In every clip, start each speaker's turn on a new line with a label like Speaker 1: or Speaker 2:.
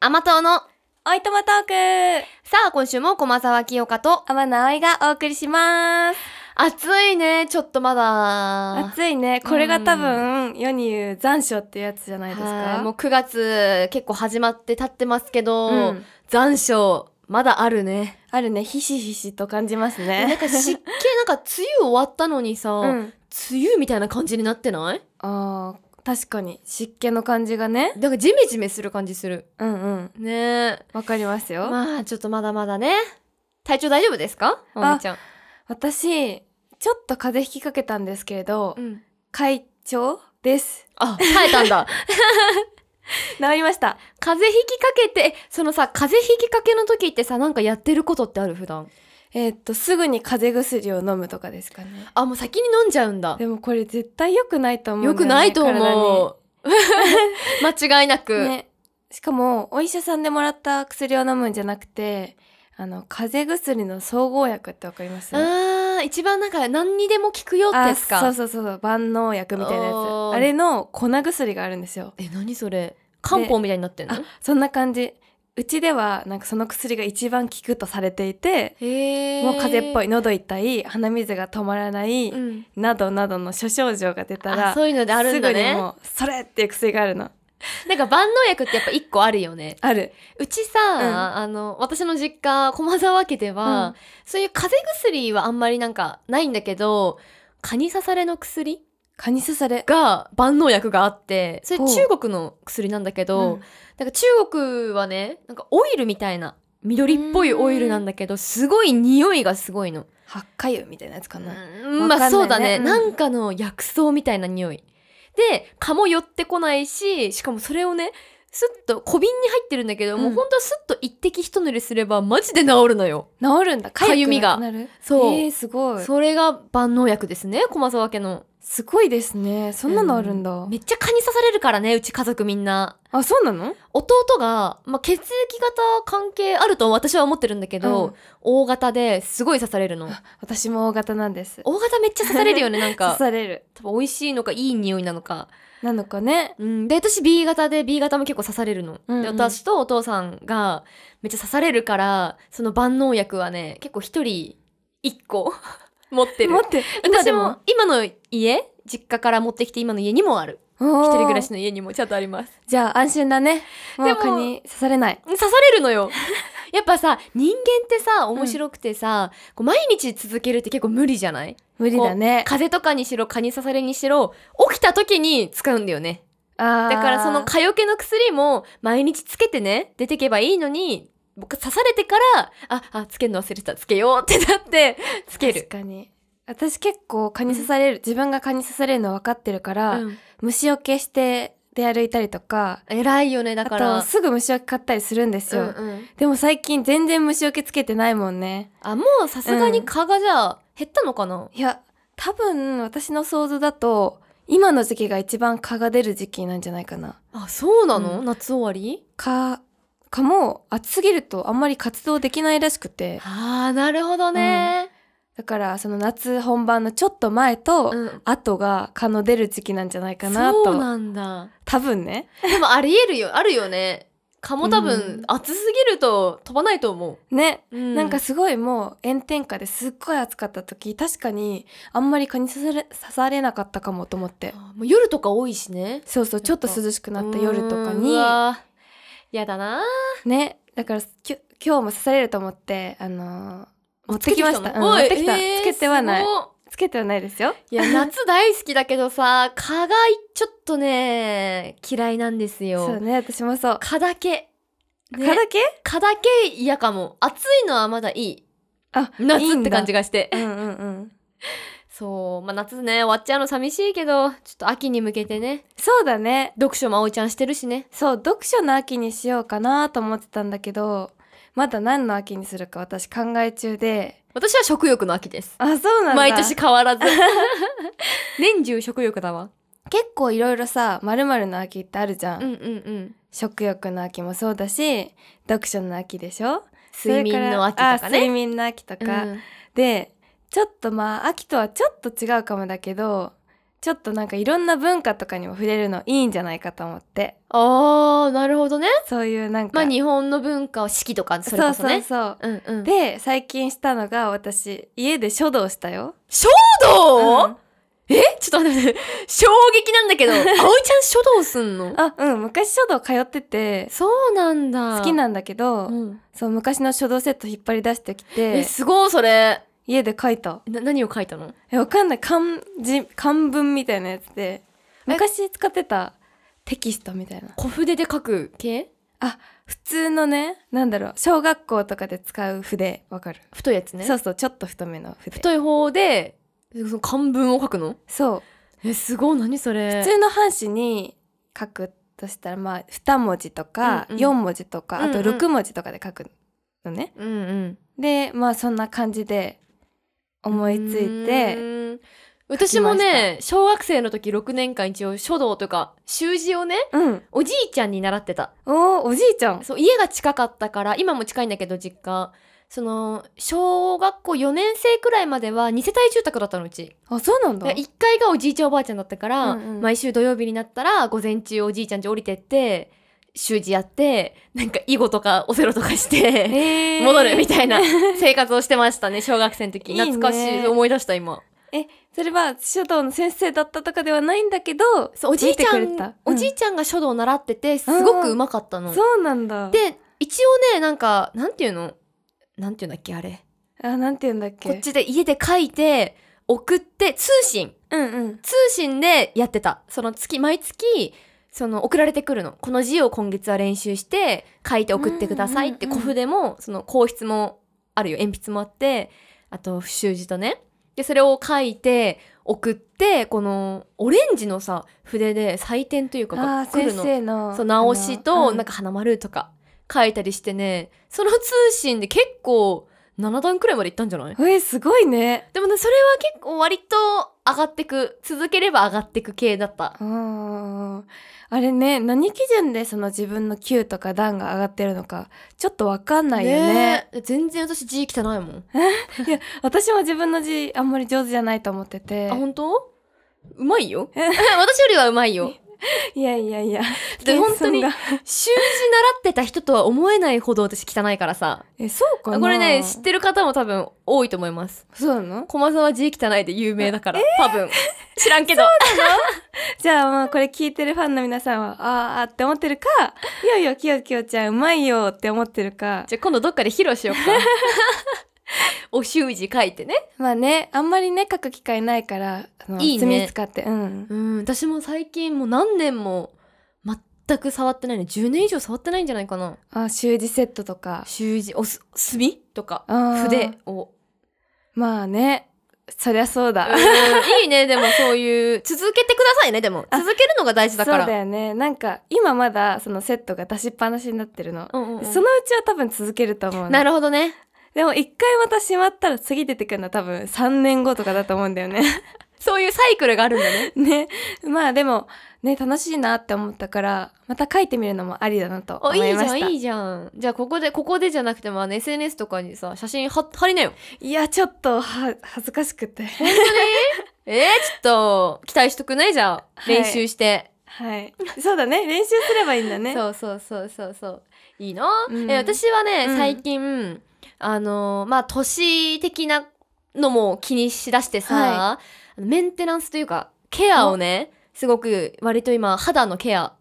Speaker 1: 甘党の
Speaker 2: おいとまトーク
Speaker 1: さあ今週も駒沢清香と
Speaker 2: 天野葵がお送りします
Speaker 1: 暑いねちょっとまだ
Speaker 2: 暑いねこれが多分世に言う残暑ってやつじゃないです
Speaker 1: は
Speaker 2: か
Speaker 1: いもう9月結構始まって経ってますけど、
Speaker 2: うん
Speaker 1: 残暑まだあるね
Speaker 2: あるねひしひしと感じます
Speaker 1: なん
Speaker 2: ね
Speaker 1: か湿気なんか梅雨終わったのにさ、
Speaker 2: うん
Speaker 1: 梅雨みたいな感じになってない
Speaker 2: あー確かに湿気の感じがね
Speaker 1: なんかジメジメする感じする
Speaker 2: うんうん
Speaker 1: ねえ
Speaker 2: わかりますよ、
Speaker 1: まあちょっとまだまだね体調大丈夫ですかまおみちゃん、
Speaker 2: 私ちょっと風邪ひきかけたんですけれど
Speaker 1: うん、
Speaker 2: 快調 です
Speaker 1: あ耐えたんだ
Speaker 2: 治りました
Speaker 1: 風邪ひきかけてえそのさ風邪ひきかけの時ってさなんかやってることってある普段
Speaker 2: えーっとすぐに風邪薬を飲むとかですかね
Speaker 1: あもう先に飲んじゃうんだ
Speaker 2: でもこれ絶対良くないと思う
Speaker 1: よ
Speaker 2: んだ
Speaker 1: く
Speaker 2: よね
Speaker 1: ないと思う 間違いなく、
Speaker 2: ね、しかもお医者さんでもらった薬を飲むんじゃなくてあの風邪薬の総合薬ってわかります
Speaker 1: あー一番なんか何にでも効くよ
Speaker 2: あ
Speaker 1: ですか
Speaker 2: そうそうそうそう万能薬みたいなやつ
Speaker 1: おー
Speaker 2: あれの粉薬があるんですよ
Speaker 1: え何それ漢方みたいになってんの
Speaker 2: あそんな感じうちではなんかその薬が一番効くとされていて
Speaker 1: へえ
Speaker 2: もう風邪っぽ
Speaker 1: い、
Speaker 2: い喉痛い鼻水が止まらない、
Speaker 1: うん、
Speaker 2: などなどの諸症状が出た
Speaker 1: あ
Speaker 2: ら
Speaker 1: そういうのであるんだ
Speaker 2: すぐに
Speaker 1: ね
Speaker 2: もうそれっていう薬があるの
Speaker 1: なんか万能薬ってやっぱ一個あるよね
Speaker 2: ある
Speaker 1: うちさ、あの私の実家駒沢家では、
Speaker 2: うん
Speaker 1: そういう風邪薬はあんまりなんかないんだけど蚊に刺されの薬
Speaker 2: 蚊に刺され
Speaker 1: が万能薬があってそれ
Speaker 2: ほう
Speaker 1: 中国の薬なんだけど、
Speaker 2: うん
Speaker 1: なんか中国はねなんかオイルみたいな緑っぽいオイルなんだけどすごい匂いがすごいの、
Speaker 2: 発火油みたいなやつかな、
Speaker 1: うんま
Speaker 2: わかんな
Speaker 1: あ
Speaker 2: いね
Speaker 1: そうだね
Speaker 2: うん
Speaker 1: なんかの薬草みたいな匂いで蚊も寄ってこないししかもそれをねスッと小瓶に入ってるんだけど、
Speaker 2: うん
Speaker 1: もうほんとはスッと一滴一塗りすればマジで治るのよ
Speaker 2: 治るんだ痒
Speaker 1: 痒みが
Speaker 2: くなくなる
Speaker 1: そう
Speaker 2: えー、すごい
Speaker 1: それが万能薬ですね駒沢家の
Speaker 2: すごいですねそんなのあるんだ、
Speaker 1: うめっちゃ蚊に刺されるからねうち家族みんな
Speaker 2: あそうなの
Speaker 1: 弟が、まあ、血液型関係あると私は思ってるんだけど、
Speaker 2: うん
Speaker 1: O 型ですごい刺され るの
Speaker 2: 私も O 型なんです
Speaker 1: O 型めっちゃ刺されるよねなん
Speaker 2: 刺
Speaker 1: か
Speaker 2: される
Speaker 1: 多分美味しいのかいい匂いなのか、
Speaker 2: なのかね
Speaker 1: うん、で私 B 型で B 型も結構刺されるの、
Speaker 2: うんうん
Speaker 1: で私とお父さんがめっちゃ刺されるからその万能薬はね結構一人一個 持ってる
Speaker 2: 待って今
Speaker 1: 私
Speaker 2: で
Speaker 1: も今の家実家から持ってきて今の家にもある
Speaker 2: 一
Speaker 1: 一人暮らしの家にもちゃんとあります
Speaker 2: じゃあ安心だねも
Speaker 1: で
Speaker 2: う
Speaker 1: も
Speaker 2: 蚊に刺されない
Speaker 1: 刺されるの よやっぱさ人間ってさ面白くてさ、こう毎日続けるって結構無理じゃない
Speaker 2: 無理だね
Speaker 1: 風邪とかにしろ蚊に刺されにしろ起きた時に使うんだよねだ
Speaker 2: あー
Speaker 1: からその蚊よけの薬も毎日つけてね出てけばいいのに僕刺されてからああつけるの忘れてたつけようってな ってつけ
Speaker 2: 確
Speaker 1: る、
Speaker 2: かに私結構蚊に刺される、自分が蚊に刺されるの分かってるから、
Speaker 1: うん
Speaker 2: 虫除けして出歩いたりとか
Speaker 1: 偉いよねだから
Speaker 2: あとすぐ虫除け買ったりするんですよ、
Speaker 1: うんうん
Speaker 2: でも最近全然虫除けつけてないもんね
Speaker 1: あもうさすがに蚊がじゃあ減ったのかな、
Speaker 2: いや多分私の想像だと今の時期が一番蚊が出る時期なんじゃないかな
Speaker 1: あそうなの、
Speaker 2: う
Speaker 1: 夏終わり
Speaker 2: 蚊蚊も暑すぎるとあんまり活動できないらしくて
Speaker 1: あーなるほどね、
Speaker 2: だからその夏本番のちょっと前と、
Speaker 1: うん、
Speaker 2: 後が蚊の出る時期なんじゃないかなと
Speaker 1: そうなんだ
Speaker 2: 多分ね
Speaker 1: でもありえるよあるよね蚊も多
Speaker 2: う
Speaker 1: 分
Speaker 2: ん
Speaker 1: 暑すぎると飛ばないと思
Speaker 2: ね、
Speaker 1: う、
Speaker 2: なんかすごいもう炎天下ですっごい暑かった時確かにあんまり蚊に刺され刺されなかったかもと思って
Speaker 1: あもう夜とか多いしね
Speaker 2: そうそうちょっと涼しくなった夜とか
Speaker 1: うんう
Speaker 2: に
Speaker 1: わやだな
Speaker 2: ねだからきょ今日も刺されると思ってあのー持っ
Speaker 1: つけ
Speaker 2: てきましたうん持ってきた、つけてはないつけてはないですよ
Speaker 1: いや 夏大好きだけどさ蚊がちょっとね嫌いなんですよ
Speaker 2: そうね私もそう
Speaker 1: 蚊だけね
Speaker 2: 蚊だけ
Speaker 1: 蚊だけ嫌かも暑いのはまだいい
Speaker 2: あ
Speaker 1: 夏って感じ
Speaker 2: が
Speaker 1: がして
Speaker 2: うんうんうん
Speaker 1: そうまあ夏ね終わっちゃうの寂しいけどちょっと秋に向けてね
Speaker 2: そうだね
Speaker 1: 読書も葵ちゃんしてるしね
Speaker 2: そう読書の秋にしようかなと思ってたんだけどまだ何の秋にするか私考え中で
Speaker 1: 私は食欲の秋です
Speaker 2: あそうなんだ
Speaker 1: 毎年変わ らず年中食欲だわ
Speaker 2: 結構いろいろさ「まるの秋」ってあるじゃん、
Speaker 1: うんうんうん
Speaker 2: 食欲の秋もそうだし読書の秋でしょ
Speaker 1: 睡眠の秋とか
Speaker 2: それらあ睡
Speaker 1: ね
Speaker 2: 眠の秋とか、
Speaker 1: うん
Speaker 2: でちょっとまあ秋とはちょっと違うかもだけどちょっとなんかいろんな文化とかにも触れるのいいんじゃないかと思って
Speaker 1: あー、なるほどね。
Speaker 2: そういうなんか
Speaker 1: まあ日本の文化を四季とか、それこそね。
Speaker 2: そうそう
Speaker 1: うんうん。
Speaker 2: そう、で最近したのが私家で書道したよ、
Speaker 1: 書道、
Speaker 2: うん
Speaker 1: えちょっと待って待って、衝撃なんだけど、葵ちゃん書道すんの
Speaker 2: あうん昔書道通ってて
Speaker 1: そうなんだ。
Speaker 2: 好きなんだけど、
Speaker 1: うん
Speaker 2: そう昔の書道セット引っ張り出してき
Speaker 1: え、
Speaker 2: て
Speaker 1: すごい、それ。
Speaker 2: 家で書いた
Speaker 1: な、何を書いたの
Speaker 2: えわかんない漢字漢文みたいなやつで
Speaker 1: え
Speaker 2: 昔使ってたテキストみたいな
Speaker 1: 小筆で書く系
Speaker 2: 普通のねなんだろう小学校とかで使う筆わかる、
Speaker 1: 太いやつね。
Speaker 2: そうそうちょっと太めの筆
Speaker 1: 太い方で、その漢文を書くの
Speaker 2: そう
Speaker 1: え、すごい、何それ。
Speaker 2: 普通の半紙に書くとしたらまあ2文字とか
Speaker 1: うんうん
Speaker 2: 4文字とか、
Speaker 1: うんうん
Speaker 2: あと6文字とかで書くのね、
Speaker 1: うんうん。
Speaker 2: でまあそんな感じで思いついうて
Speaker 1: ーん。私もね、小学生の時6年間一応書道とか、習字をね、
Speaker 2: うん
Speaker 1: おじいちゃんに習ってた。
Speaker 2: おーおじいちゃん
Speaker 1: そう、家が近かったから、今も近いんだけど、実家。その、小学校4年生くらいまでは2世帯住宅だったのうち。
Speaker 2: あそうなんだ
Speaker 1: 1階がおじいちゃんおばあちゃんだったから、
Speaker 2: うんうん
Speaker 1: 毎週土曜日になったら、午前中おじいちゃん家降りてって、習字やって、なんか囲碁とかオセロとかして、
Speaker 2: えー
Speaker 1: 戻るみたいな生活をしてましたね、小学生の時。
Speaker 2: いいね
Speaker 1: 懐かしい。思い出した、今。
Speaker 2: それは書道の先生だったとかではないんだけど
Speaker 1: そう、おじいちゃ、
Speaker 2: 見てくれたう
Speaker 1: お
Speaker 2: ん
Speaker 1: じいちゃんが書道を習ってて、すごく上手かったの。
Speaker 2: そうなんだ
Speaker 1: で、一応ね、なんか、なんていうのなんていうんだっけ、あれ。
Speaker 2: あなんて言うんだっけ
Speaker 1: こっちで家で書いて、送って、通信。
Speaker 2: うんうん
Speaker 1: 通信でやってた。その月、毎月、その送られてくるの。この字を今月は練習して、書いて送ってくださいって、
Speaker 2: うんうん
Speaker 1: 小
Speaker 2: うん
Speaker 1: 筆も、その硬筆もあるよ。鉛筆もあって、あと、習字とね。で、それを書いて、送って、この、オレンジのさ、筆で採点というか
Speaker 2: あ
Speaker 1: が
Speaker 2: あ
Speaker 1: 来
Speaker 2: 先
Speaker 1: るの。
Speaker 2: 生の
Speaker 1: そう、直しと、なん
Speaker 2: か
Speaker 1: か花丸とか書いたりしてね、その通信で結構7段くらいまで行ったんじゃない
Speaker 2: えすごいね
Speaker 1: でもね、それは結構割と上がってく、続ければ上がってく系だった。
Speaker 2: あーあれね何基準でその自分の級とか段が上がってるのかちょっとわかんないよね
Speaker 1: え全然私字汚いもん。
Speaker 2: 私も自分の字あんまり上手じゃないと思ってて
Speaker 1: あ、本当うまいよ。
Speaker 2: え
Speaker 1: 私よりはうまいよ。
Speaker 2: いやいやいや
Speaker 1: で本当に
Speaker 2: 謙遜が
Speaker 1: 習字習ってた人とは思えないほど私汚いからさ。
Speaker 2: えそうかな
Speaker 1: これね、知ってる方も多分多いと思います。
Speaker 2: そうなの
Speaker 1: 駒沢字汚いで有名だから、多分。知らんけど。
Speaker 2: じゃあまあこれ聞いてるファンの皆さんはあーあーって思ってるかいやいやきよきよちゃんうまいよって思ってるか
Speaker 1: じゃあ今度どっかで披露しようか。お習字書いてね。
Speaker 2: まあねあんまりね書く機会ないからあの
Speaker 1: いいね
Speaker 2: 墨使ってうん
Speaker 1: うん、私も最近もう何年も全く触ってないね。10年以上触ってないんじゃないかな。
Speaker 2: あ習字セットとか
Speaker 1: 習字、おす、墨とか、
Speaker 2: あー
Speaker 1: 筆を。
Speaker 2: まあねそりゃそうだ、
Speaker 1: うんいいね、でもそういう、続けてくださいね、でも。
Speaker 2: あ
Speaker 1: 続けるのが大事
Speaker 2: そう
Speaker 1: だから。
Speaker 2: だよねなんか今まだそのセットが出しっぱなしになってるの、
Speaker 1: うんうんうん
Speaker 2: そのうちは多分続けると思うの
Speaker 1: なるほどね。
Speaker 2: でも一回またしまったら次出てくるのは多分3年後とかだと思うんだ よね。
Speaker 1: そういうサイクルがあるんだね。
Speaker 2: ね。まあでも、ね、楽しいなって思ったから、また書いてみるのもありだなと
Speaker 1: あ、
Speaker 2: 思
Speaker 1: いい
Speaker 2: い
Speaker 1: じ
Speaker 2: ま
Speaker 1: ゃ
Speaker 2: した。
Speaker 1: ん、いいじゃん。じゃあ、ここで、ここでじゃなくても、あの SNS とかにさ、写真は貼りなよ。
Speaker 2: いや、ちょっとは恥ずかしくて。
Speaker 1: えー、ちょっと、期待しとくね、じゃあ。
Speaker 2: はい
Speaker 1: 練習して。
Speaker 2: はい。そうだね。練習すればいいんだね。
Speaker 1: そうそうそうそうそういいな、
Speaker 2: うん
Speaker 1: え私はね、
Speaker 2: うん
Speaker 1: 最近あのーまあ年的なのも気にしだしてさ、
Speaker 2: は
Speaker 1: メンテナンスというかケアをねすごく割と今肌のケア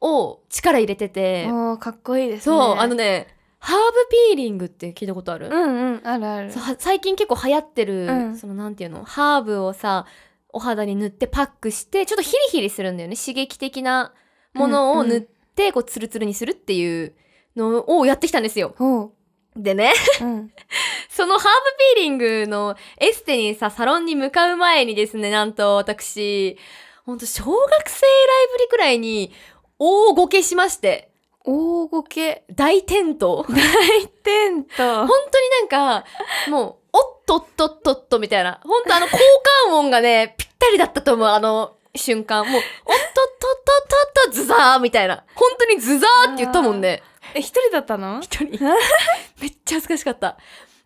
Speaker 1: を力入れてて
Speaker 2: おーかっこいいですね。
Speaker 1: そう、あのねハーブピーリングって聞いたことある、
Speaker 2: うんうん、あるある。
Speaker 1: そうは最近結構流行ってる、
Speaker 2: うん
Speaker 1: そのなんていうのハーブをさお肌に塗ってパックしてちょっとヒリヒリするんだよね刺激的なものを塗って、こうツルツルにするっていうのをやってきたんですよ。
Speaker 2: おう。
Speaker 1: でね
Speaker 2: うん。
Speaker 1: そのハーブピーリングのエステにさサロンに向かう前にですねなんと私ほんと小学生以来ぶりくらいに大ごけしまして
Speaker 2: 大ごけ。
Speaker 1: 大転倒。
Speaker 2: テント。
Speaker 1: 本当になんか、もう、おっとっとっとっとみたいな。本当あの、交換音がね、ぴったりだったと思う、あの、瞬間。もう、おっとっとっとっとっと、ズザーみたいな。本当にズザーって言ったもんね。
Speaker 2: え、一人だったの
Speaker 1: 一人。めっちゃ恥ずかしかった。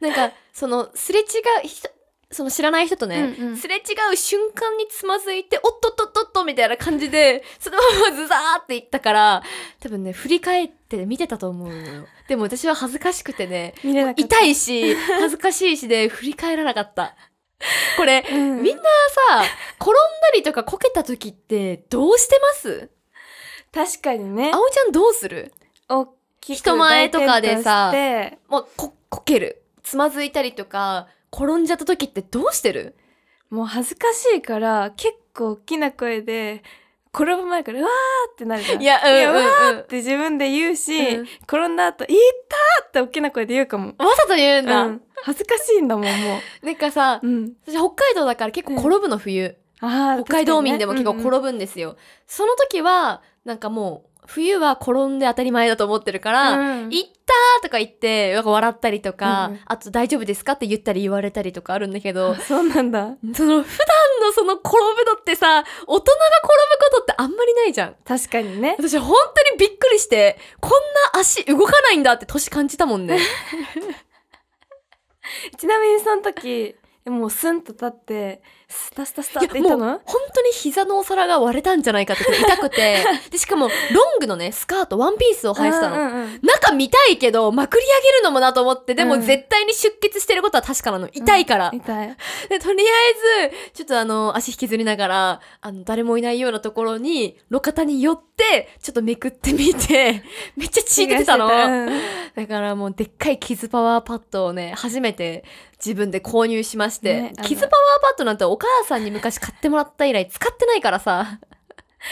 Speaker 1: なんか、その、すれ違う、ひとその知らない人とね、
Speaker 2: うんうん
Speaker 1: すれ違う瞬間につまずいて、おっとっとっとっとみたいな感じで、そのままズザーっていったから、多分ね、振り返って見てたと思うのよ。でも私は恥ずかしくてね、
Speaker 2: 見れなかった
Speaker 1: 痛い し、恥ずかしいしで、振り返らなかった。これ、
Speaker 2: い、うん
Speaker 1: み んなさ、転んだりとかこけた時ってどうしてます
Speaker 2: 確かにね
Speaker 1: あおちゃんどうする
Speaker 2: 大きく
Speaker 1: 人前とかでさ
Speaker 2: 大転倒して
Speaker 1: もうこ、こける。つまずいたりとか、転んじゃった時ってどうしてる
Speaker 2: もう恥ずかしいから結構大きな声で転ぶ前からうわーってなるじゃん
Speaker 1: や、
Speaker 2: いや
Speaker 1: うんうんうん
Speaker 2: って自分で言うし、
Speaker 1: うん
Speaker 2: 転んだ後「いった!」って大きな声で言うかも、
Speaker 1: わざと言うんだ。
Speaker 2: うん恥ずかしいんだもんも
Speaker 1: なんかさ、
Speaker 2: う、うん、
Speaker 1: 私北海道だから結構転ぶの冬、
Speaker 2: あー
Speaker 1: 北海道民でも結構
Speaker 2: 確か
Speaker 1: 転ぶんですよ、その時はなんかもう冬は転んで当たり前だと思ってるから「
Speaker 2: にねうんうん
Speaker 1: 行った!」とか言ってなんか笑ったりとか、
Speaker 2: うんうん
Speaker 1: あと「大丈夫ですか?」って言ったり言われたりとかあるんだけど
Speaker 2: あそうなんだ
Speaker 1: その普段のその転ぶのってさ大人が転ぶことってあんまりないじゃん
Speaker 2: 確かにね
Speaker 1: 私本当にびっくりしてこんな足動かないんだって年感じたもん ね
Speaker 2: ちなみにその時もうスンと立ってスタスタスタっていっ
Speaker 1: も
Speaker 2: た
Speaker 1: う
Speaker 2: の
Speaker 1: 本当に膝のお皿が割れたんじゃないかってくらい痛く てでしかもロングのねスカートワンピースを履いてたの、
Speaker 2: うんうんうん
Speaker 1: 中見たいけど、まくり上げるのもなと思って、でも
Speaker 2: うん
Speaker 1: 絶対に出血してることは確かなの。痛いから。
Speaker 2: 痛い
Speaker 1: でとりあえず、ちょっとあの、足引きずりながら、あの、誰もいないようなところに、路肩に寄って、ちょっとめくってみて、 めっちゃ血出てたの。
Speaker 2: うん
Speaker 1: だからもう、でっかい傷パワーパッドをね、初めて自分で購入しまして、
Speaker 2: ねあの
Speaker 1: 傷パワーパッドなんてお母さんに昔買ってもらった以来使ってないから さ。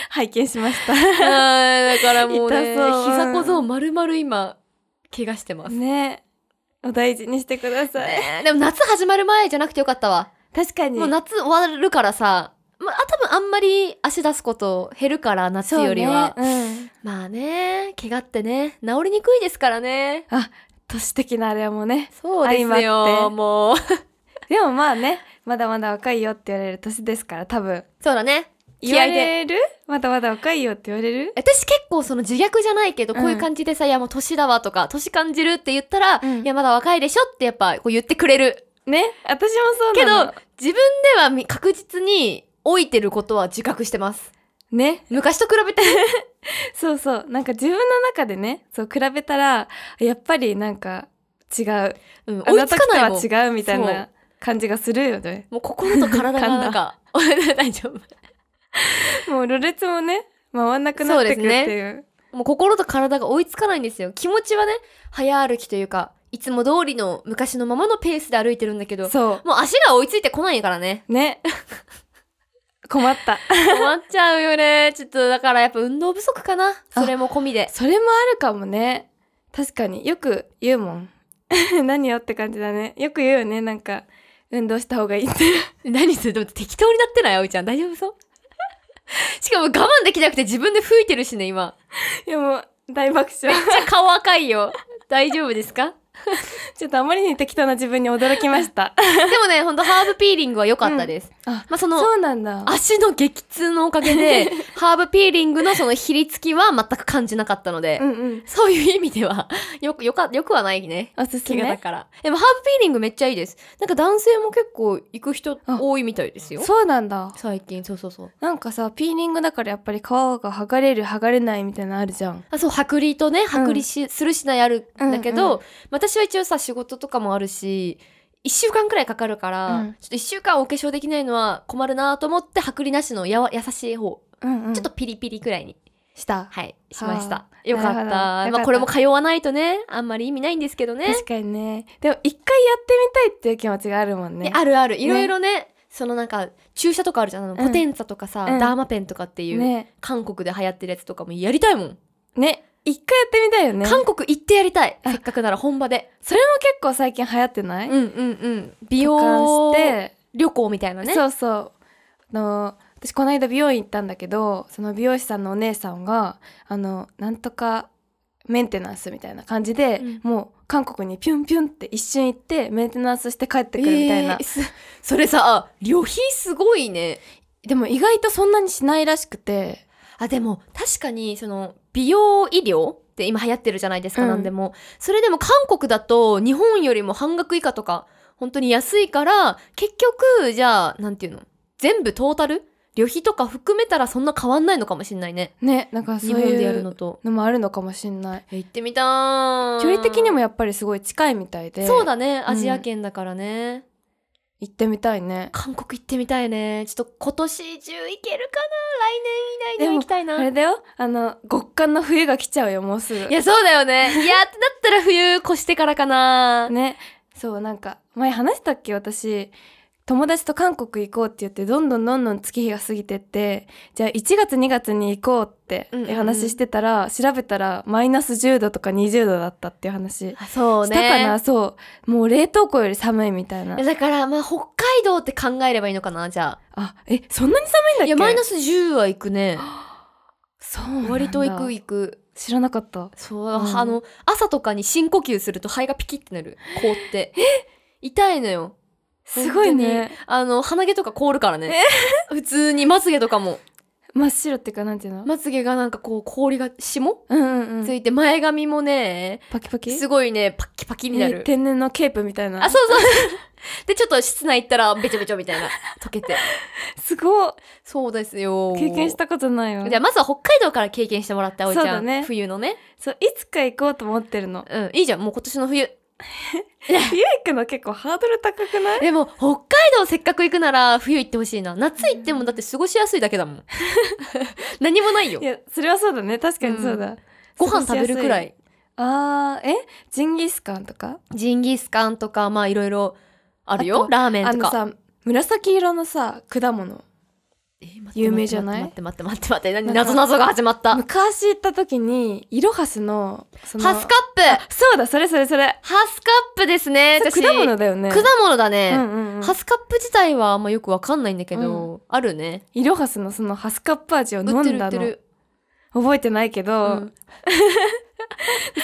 Speaker 2: 拝見しまし
Speaker 1: あ ーだからもうね、
Speaker 2: 痛そううん
Speaker 1: 膝小僧丸々今、怪我してま
Speaker 2: た
Speaker 1: す。
Speaker 2: ねお大事にしてください、
Speaker 1: ねえでも夏始まる前じゃなくてよかったわ。
Speaker 2: 確かに
Speaker 1: もう夏終わるからさ、まあ多分あんまり足出すこと減るから夏
Speaker 2: そう
Speaker 1: よりは。
Speaker 2: ねうん
Speaker 1: まあね、怪我ってね、治りにくいですからね。
Speaker 2: 都市的なあれはもうね
Speaker 1: そうです
Speaker 2: 相まっ
Speaker 1: よ、
Speaker 2: て
Speaker 1: もう。
Speaker 2: でもまあねまだまだ若いよって言われる年ですから多分
Speaker 1: そうだね。
Speaker 2: 言われるまだまだ若いよって言われる
Speaker 1: 私結構その自虐じゃないけど、
Speaker 2: うん
Speaker 1: こういう感じでさ、いやもう年だわとか、年感じるって言ったら、
Speaker 2: うん
Speaker 1: いやまだ若いでしょってやっぱこう言ってくれる。
Speaker 2: ね私もそ
Speaker 1: け
Speaker 2: うな
Speaker 1: ど、
Speaker 2: の
Speaker 1: 自分ではみ確実に老いてることは自覚してます。
Speaker 2: ね
Speaker 1: 昔と比べて。
Speaker 2: そうそうなんか自分の中でねそう比べたらやっぱりなんか違う
Speaker 1: うん、
Speaker 2: あ
Speaker 1: 追
Speaker 2: の
Speaker 1: いつ
Speaker 2: 時
Speaker 1: か
Speaker 2: と
Speaker 1: ないもん。
Speaker 2: は違うみたい
Speaker 1: そう
Speaker 2: な感じがするよね
Speaker 1: もう心と体がなん か、 大丈夫。
Speaker 2: もうろれつもね回んなくなってくっていう
Speaker 1: もう心と体が追いつかないんですよ。気持ちはね、早歩きというか、いつも通りの昔のままのペースで歩いてるんだけど、
Speaker 2: そう。
Speaker 1: もう足が追いついてこないからね
Speaker 2: ね 困った
Speaker 1: 困っちゃうよね。ちょっとだからやっぱ運動不足かな。それも込みで。
Speaker 2: それもあるかもね確かによく言うもん 何よって感じだねよく言うよねなんか運動した方がいいって
Speaker 1: 何するでも適当になってない葵ちゃん。大丈夫 そうしかも我慢できなくて自分で吹いてるしね、今。
Speaker 2: いやもう大爆笑
Speaker 1: めっちゃ顔赤いよ。大丈夫ですか
Speaker 2: ちょっとあまりに適当な自分に驚きました
Speaker 1: でもね、ほんとハーブピーリングは良かったです。
Speaker 2: あ
Speaker 1: まあその、
Speaker 2: そうなんだ
Speaker 1: 足の激痛のおかげで、 ハーブピーリングのそのひりつきは全く感じなかったので、
Speaker 2: うんうん
Speaker 1: そういう意味では、 よく、よか、よくはないね。
Speaker 2: おすす
Speaker 1: 気がだ
Speaker 2: め
Speaker 1: から。でもハーブピーリングめっちゃいいです。なんか男性も結構行く人多いみたいですよ。
Speaker 2: そうなんだ
Speaker 1: 最近、そうそうそう。
Speaker 2: なんかさピーリングだからやっぱり皮が剥がれる剥がれないみたいなのあるじゃん
Speaker 1: あそう、剥離とね、剥離し、するしないあるんだけど、
Speaker 2: うんう
Speaker 1: 私は一応さ、仕事とかもあるし、一週間くらいかかるから、
Speaker 2: うん
Speaker 1: ちょっと一週間お化粧できないのは困るなと思って、剥離なしのやわ優しい方、
Speaker 2: うん、
Speaker 1: ちょっとピリピリくらいに
Speaker 2: した
Speaker 1: はい、しました
Speaker 2: は。
Speaker 1: よかっ
Speaker 2: な
Speaker 1: た。
Speaker 2: るほどよかった
Speaker 1: まあ、これも通わないとね、あんまり意味ないんですけどね。
Speaker 2: 確かにねでも一回やってみたいっていう気持ちがあるもんね
Speaker 1: ねあるある、いろいろね、そのなんか、注射とかあるじゃん。あの、
Speaker 2: ん
Speaker 1: ポテンツァとかさ、
Speaker 2: うん
Speaker 1: ダーマペンとかっていう、
Speaker 2: ね
Speaker 1: 韓国で流行ってるやつとかもやりたいもん。
Speaker 2: ね一回やってみたいよね
Speaker 1: 韓国行ってやりたい。
Speaker 2: あ
Speaker 1: せっかくなら本場で。
Speaker 2: それも結構最近流行ってな
Speaker 1: う
Speaker 2: い
Speaker 1: んうんうん。美
Speaker 2: 保
Speaker 1: 容
Speaker 2: 管して、
Speaker 1: 旅行みたいなね。
Speaker 2: そうそうあの私この間美容院行ったんだけどその美容師さんのお姉さんがあのなんとかメンテナンスみたいな感じで、
Speaker 1: うん
Speaker 2: もう韓国にピュンピュンって一瞬行ってメンテナンスして帰ってくるみたいな、
Speaker 1: えーすそれさ、旅費すごいね。
Speaker 2: でも意外とそんなにしないらしくて
Speaker 1: あ、でも、確かに、その、美容医療って今流行ってるじゃないですか、
Speaker 2: うん
Speaker 1: なんでも。それでも韓国だと、日本よりも半額以下とか、本当に安いから結局じゃあなんていうの全部トータル旅費とか含めたらそんな変わんないのかもしんないね
Speaker 2: ねなんかそう
Speaker 1: 日本で
Speaker 2: い
Speaker 1: やるの
Speaker 2: う
Speaker 1: と
Speaker 2: のもあるのかもしんない
Speaker 1: え行ってみたー
Speaker 2: 距離的にも
Speaker 1: や
Speaker 2: やっぱりすごい近いみたいで
Speaker 1: そうだねアジア圏だからね、
Speaker 2: 行ってみたいね
Speaker 1: 韓国行ってみたいねちょっと今年中行けるかな来年以内には行きたいな
Speaker 2: あれだよあの極寒の冬が来ちゃうよもうすぐ
Speaker 1: いやそうだよねいやってなったら冬越してからか な、
Speaker 2: ねそうなんか前話したっけ私友達と韓国行こうって言ってどんどんどんどん月日が過ぎてってじゃあ1月2月に行こうって
Speaker 1: うんうんうん
Speaker 2: 話してたら、調べたらマイナス10度とか20度だったっていう話し
Speaker 1: あそう
Speaker 2: た
Speaker 1: ね
Speaker 2: かなそうもう冷凍庫より寒いみたいな
Speaker 1: えだからまあ北海道って考えればいいのかなじゃ
Speaker 2: あえそんなに寒いん
Speaker 1: あ
Speaker 2: だっけ
Speaker 1: いやマイナス10は行くね
Speaker 2: そうなんだ
Speaker 1: 割と行く行く
Speaker 2: 知らなかった
Speaker 1: そう、
Speaker 2: うん
Speaker 1: あの朝とかに深呼吸すると肺がピキってなる凍って痛いのよ
Speaker 2: すごい
Speaker 1: 本
Speaker 2: ね
Speaker 1: 当にあの鼻毛とか凍るからね普通にまつげとかも
Speaker 2: 真っ白っていうかなんていうの、
Speaker 1: まつげがなんかこう氷が霜
Speaker 2: うんうんう
Speaker 1: つ
Speaker 2: ん
Speaker 1: いて前髪もね
Speaker 2: パキパキ
Speaker 1: すごいねパッキパキにな
Speaker 2: え
Speaker 1: る
Speaker 2: 天然のケープみたいな
Speaker 1: あそうそう でちょっと室内行ったらべちょべちょみたいな溶けて
Speaker 2: すごい
Speaker 1: そうですよ
Speaker 2: 経験したことないわ
Speaker 1: じゃあまずは北海道から経験してもらって葵ちゃん
Speaker 2: そうだね
Speaker 1: 冬のね
Speaker 2: そういつか行こうと思ってるの
Speaker 1: うんいいじゃんもう今年の冬
Speaker 2: 冬行くの結構ハードル高くない
Speaker 1: でも北海道せっかく行くなら冬行ってほしいな夏行ってもだって過ごしやすいだけだもん 何もないよ
Speaker 2: いやそれはそうだね確かにそうだ、
Speaker 1: ご飯食べるくら
Speaker 2: 過ごしやす
Speaker 1: い
Speaker 2: あーえジンギスカンとか
Speaker 1: ジンギスカンとかまあいろいろある
Speaker 2: あ
Speaker 1: よ
Speaker 2: と
Speaker 1: ラーメン
Speaker 2: あ
Speaker 1: と
Speaker 2: の
Speaker 1: か
Speaker 2: さ紫色のさ果物
Speaker 1: えー待って
Speaker 2: 有名じゃない
Speaker 1: 待って待って待って待って何
Speaker 2: なんか
Speaker 1: 謎謎が始まった
Speaker 2: 昔行った時にイロハスのその
Speaker 1: ハスカップ
Speaker 2: そうだそれそれそれ
Speaker 1: ハスカップですね
Speaker 2: そ
Speaker 1: 私
Speaker 2: れ果物だよね
Speaker 1: 果物だね、
Speaker 2: うんうんうん
Speaker 1: ハスカップ自体はあんまよくわかんないんだけど、あるね
Speaker 2: イロハスのそのハスカップ味を飲
Speaker 1: 売って
Speaker 2: ん
Speaker 1: る売
Speaker 2: だ
Speaker 1: って
Speaker 2: の
Speaker 1: る、
Speaker 2: 覚えてないけど、
Speaker 1: うん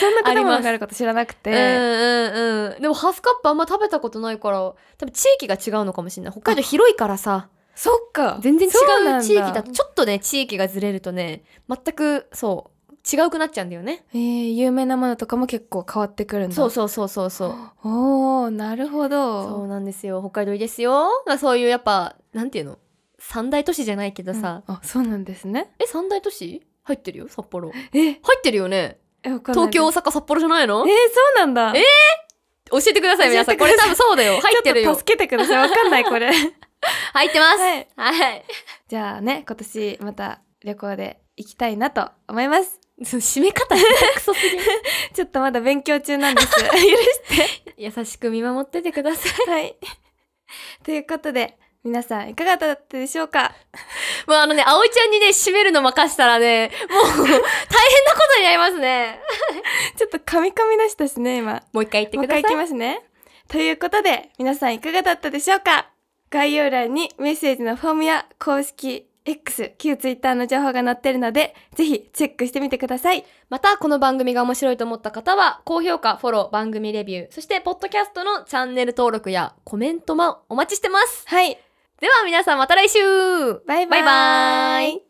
Speaker 2: そんな果
Speaker 1: ありま
Speaker 2: 物
Speaker 1: す
Speaker 2: があること知らなく
Speaker 1: う
Speaker 2: て、
Speaker 1: んうんうんでもハスカップあんま食べたことないから多分地域が違うのかもしれない北海道広いからさ
Speaker 2: そっか
Speaker 1: 全然違
Speaker 2: そうなん
Speaker 1: う
Speaker 2: だ
Speaker 1: 地域だとちょっとね地域がずれるとね全くそう違うくなっちゃうんだよね
Speaker 2: えー、有名なものとかも結構変わってくるんだ
Speaker 1: そうそうそうそうそう
Speaker 2: おーなるほ
Speaker 1: そう
Speaker 2: ど
Speaker 1: なんですよ北海道いいですよ、まあ、そういうやっぱなんていうの三大都市じゃないけどさ、
Speaker 2: うんあそうなんですね
Speaker 1: え三大都市入ってるよ札幌入
Speaker 2: え
Speaker 1: ってるよね
Speaker 2: えわかんない
Speaker 1: 東京大阪札幌じゃないの
Speaker 2: えー、そうなんだ
Speaker 1: え教えてください皆さん
Speaker 2: 教
Speaker 1: こ
Speaker 2: えて
Speaker 1: れ
Speaker 2: くだ
Speaker 1: 多
Speaker 2: さ
Speaker 1: 分そうだ よ入ってる
Speaker 2: ちょ
Speaker 1: よ
Speaker 2: っと助けてくださいわかんない これ
Speaker 1: 入ってます
Speaker 2: はい
Speaker 1: はい
Speaker 2: じゃあね今年また旅行で行きたいなと思います
Speaker 1: その締め方下手くそすぎる
Speaker 2: ちょっとまだ勉強中なんです許して
Speaker 1: 優しく見守って てください
Speaker 2: はいということで皆さんいかがだったでしょうか
Speaker 1: もうあのね葵ちゃんにね締めるの任したらねもう大変なことになりますね
Speaker 2: ちょっと噛み噛み出したしね今
Speaker 1: もう一回言って
Speaker 2: もう
Speaker 1: ください
Speaker 2: 一回行きますね。ということで、皆さんいかがだったでしょうか概要欄にメッセージのフォームや公式 X、旧 Twitter の情報が載ってるので、ぜひチェックしてみてください。
Speaker 1: また、この番組が面白いと思った方は、高評価、フォロー、番組レビュー、そして、ポッドキャストのチャンネル登録やコメントもお待ちしてます。
Speaker 2: はい、
Speaker 1: では、皆さんまた来週
Speaker 2: バイバイ
Speaker 1: バイバーイ